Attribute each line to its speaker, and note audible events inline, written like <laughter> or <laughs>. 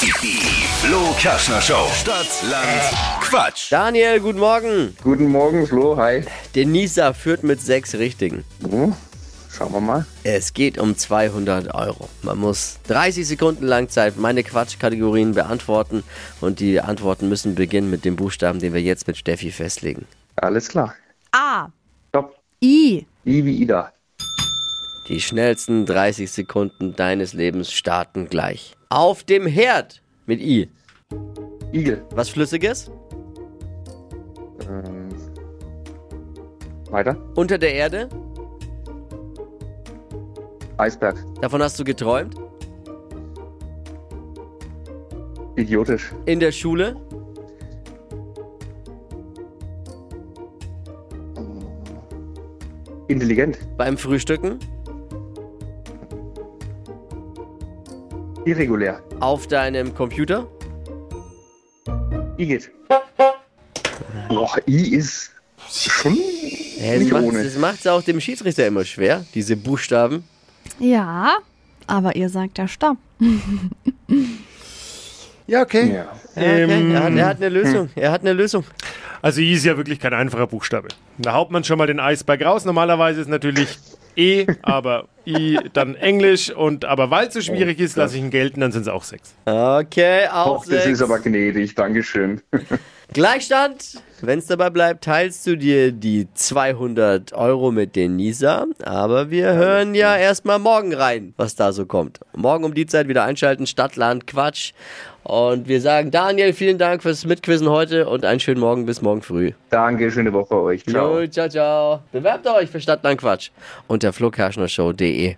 Speaker 1: Die Flo Kaschner Show. Stadt, Land, Quatsch.
Speaker 2: Daniel, guten Morgen.
Speaker 3: Guten Morgen, Flo. Hi.
Speaker 2: Der Nisa führt mit sechs Richtigen.
Speaker 3: Hm, Schauen wir mal.
Speaker 2: Es geht um 200 Euro. Man muss 30 Sekunden lang Zeit meine Quatschkategorien beantworten und die Antworten müssen beginnen mit dem Buchstaben, den wir jetzt mit Steffi festlegen.
Speaker 3: Alles klar.
Speaker 4: A.
Speaker 3: Stopp.
Speaker 4: I.
Speaker 3: I wie Ida.
Speaker 2: Die schnellsten 30 Sekunden deines Lebens starten gleich. Auf dem Herd mit I.
Speaker 3: Igel.
Speaker 2: Was Flüssiges?
Speaker 3: Ähm, weiter.
Speaker 2: Unter der Erde?
Speaker 3: Eisberg.
Speaker 2: Davon hast du geträumt?
Speaker 3: Idiotisch.
Speaker 2: In der Schule?
Speaker 3: Intelligent.
Speaker 2: Beim Frühstücken?
Speaker 3: Irregulär.
Speaker 2: Auf deinem Computer?
Speaker 3: Igitt. Boah, I ist schon
Speaker 2: Hä, das
Speaker 3: nicht
Speaker 2: macht-
Speaker 3: ohne.
Speaker 2: das macht es auch dem Schiedsrichter immer schwer, diese Buchstaben.
Speaker 4: Ja, aber ihr sagt ja Stopp.
Speaker 5: Ja, okay.
Speaker 3: Ja.
Speaker 2: Ja, okay.
Speaker 5: Ähm,
Speaker 2: er, hat, er hat eine Lösung. Er hat eine Lösung.
Speaker 5: Also I ist ja wirklich kein einfacher Buchstabe. Da haut man schon mal den Eisberg raus. Normalerweise ist natürlich E, aber I dann Englisch. Und aber weil es so schwierig ist, lasse ich ihn gelten, dann sind es auch sechs.
Speaker 2: Okay, auf
Speaker 3: Och, das
Speaker 2: sechs.
Speaker 3: ist aber gnädig. Dankeschön. <laughs>
Speaker 2: Gleichstand. Wenn es dabei bleibt, teilst du dir die 200 Euro mit den Nisa. Aber wir hören ja erstmal morgen rein, was da so kommt. Morgen um die Zeit wieder einschalten. Stadtland Quatsch. Und wir sagen Daniel, vielen Dank fürs Mitquizzen heute und einen schönen Morgen bis morgen früh.
Speaker 3: Danke, schöne Woche euch. Ciao.
Speaker 2: Jo, ciao, ciao. Bewerbt euch für Stadtland Quatsch unter flokerschnershow.de.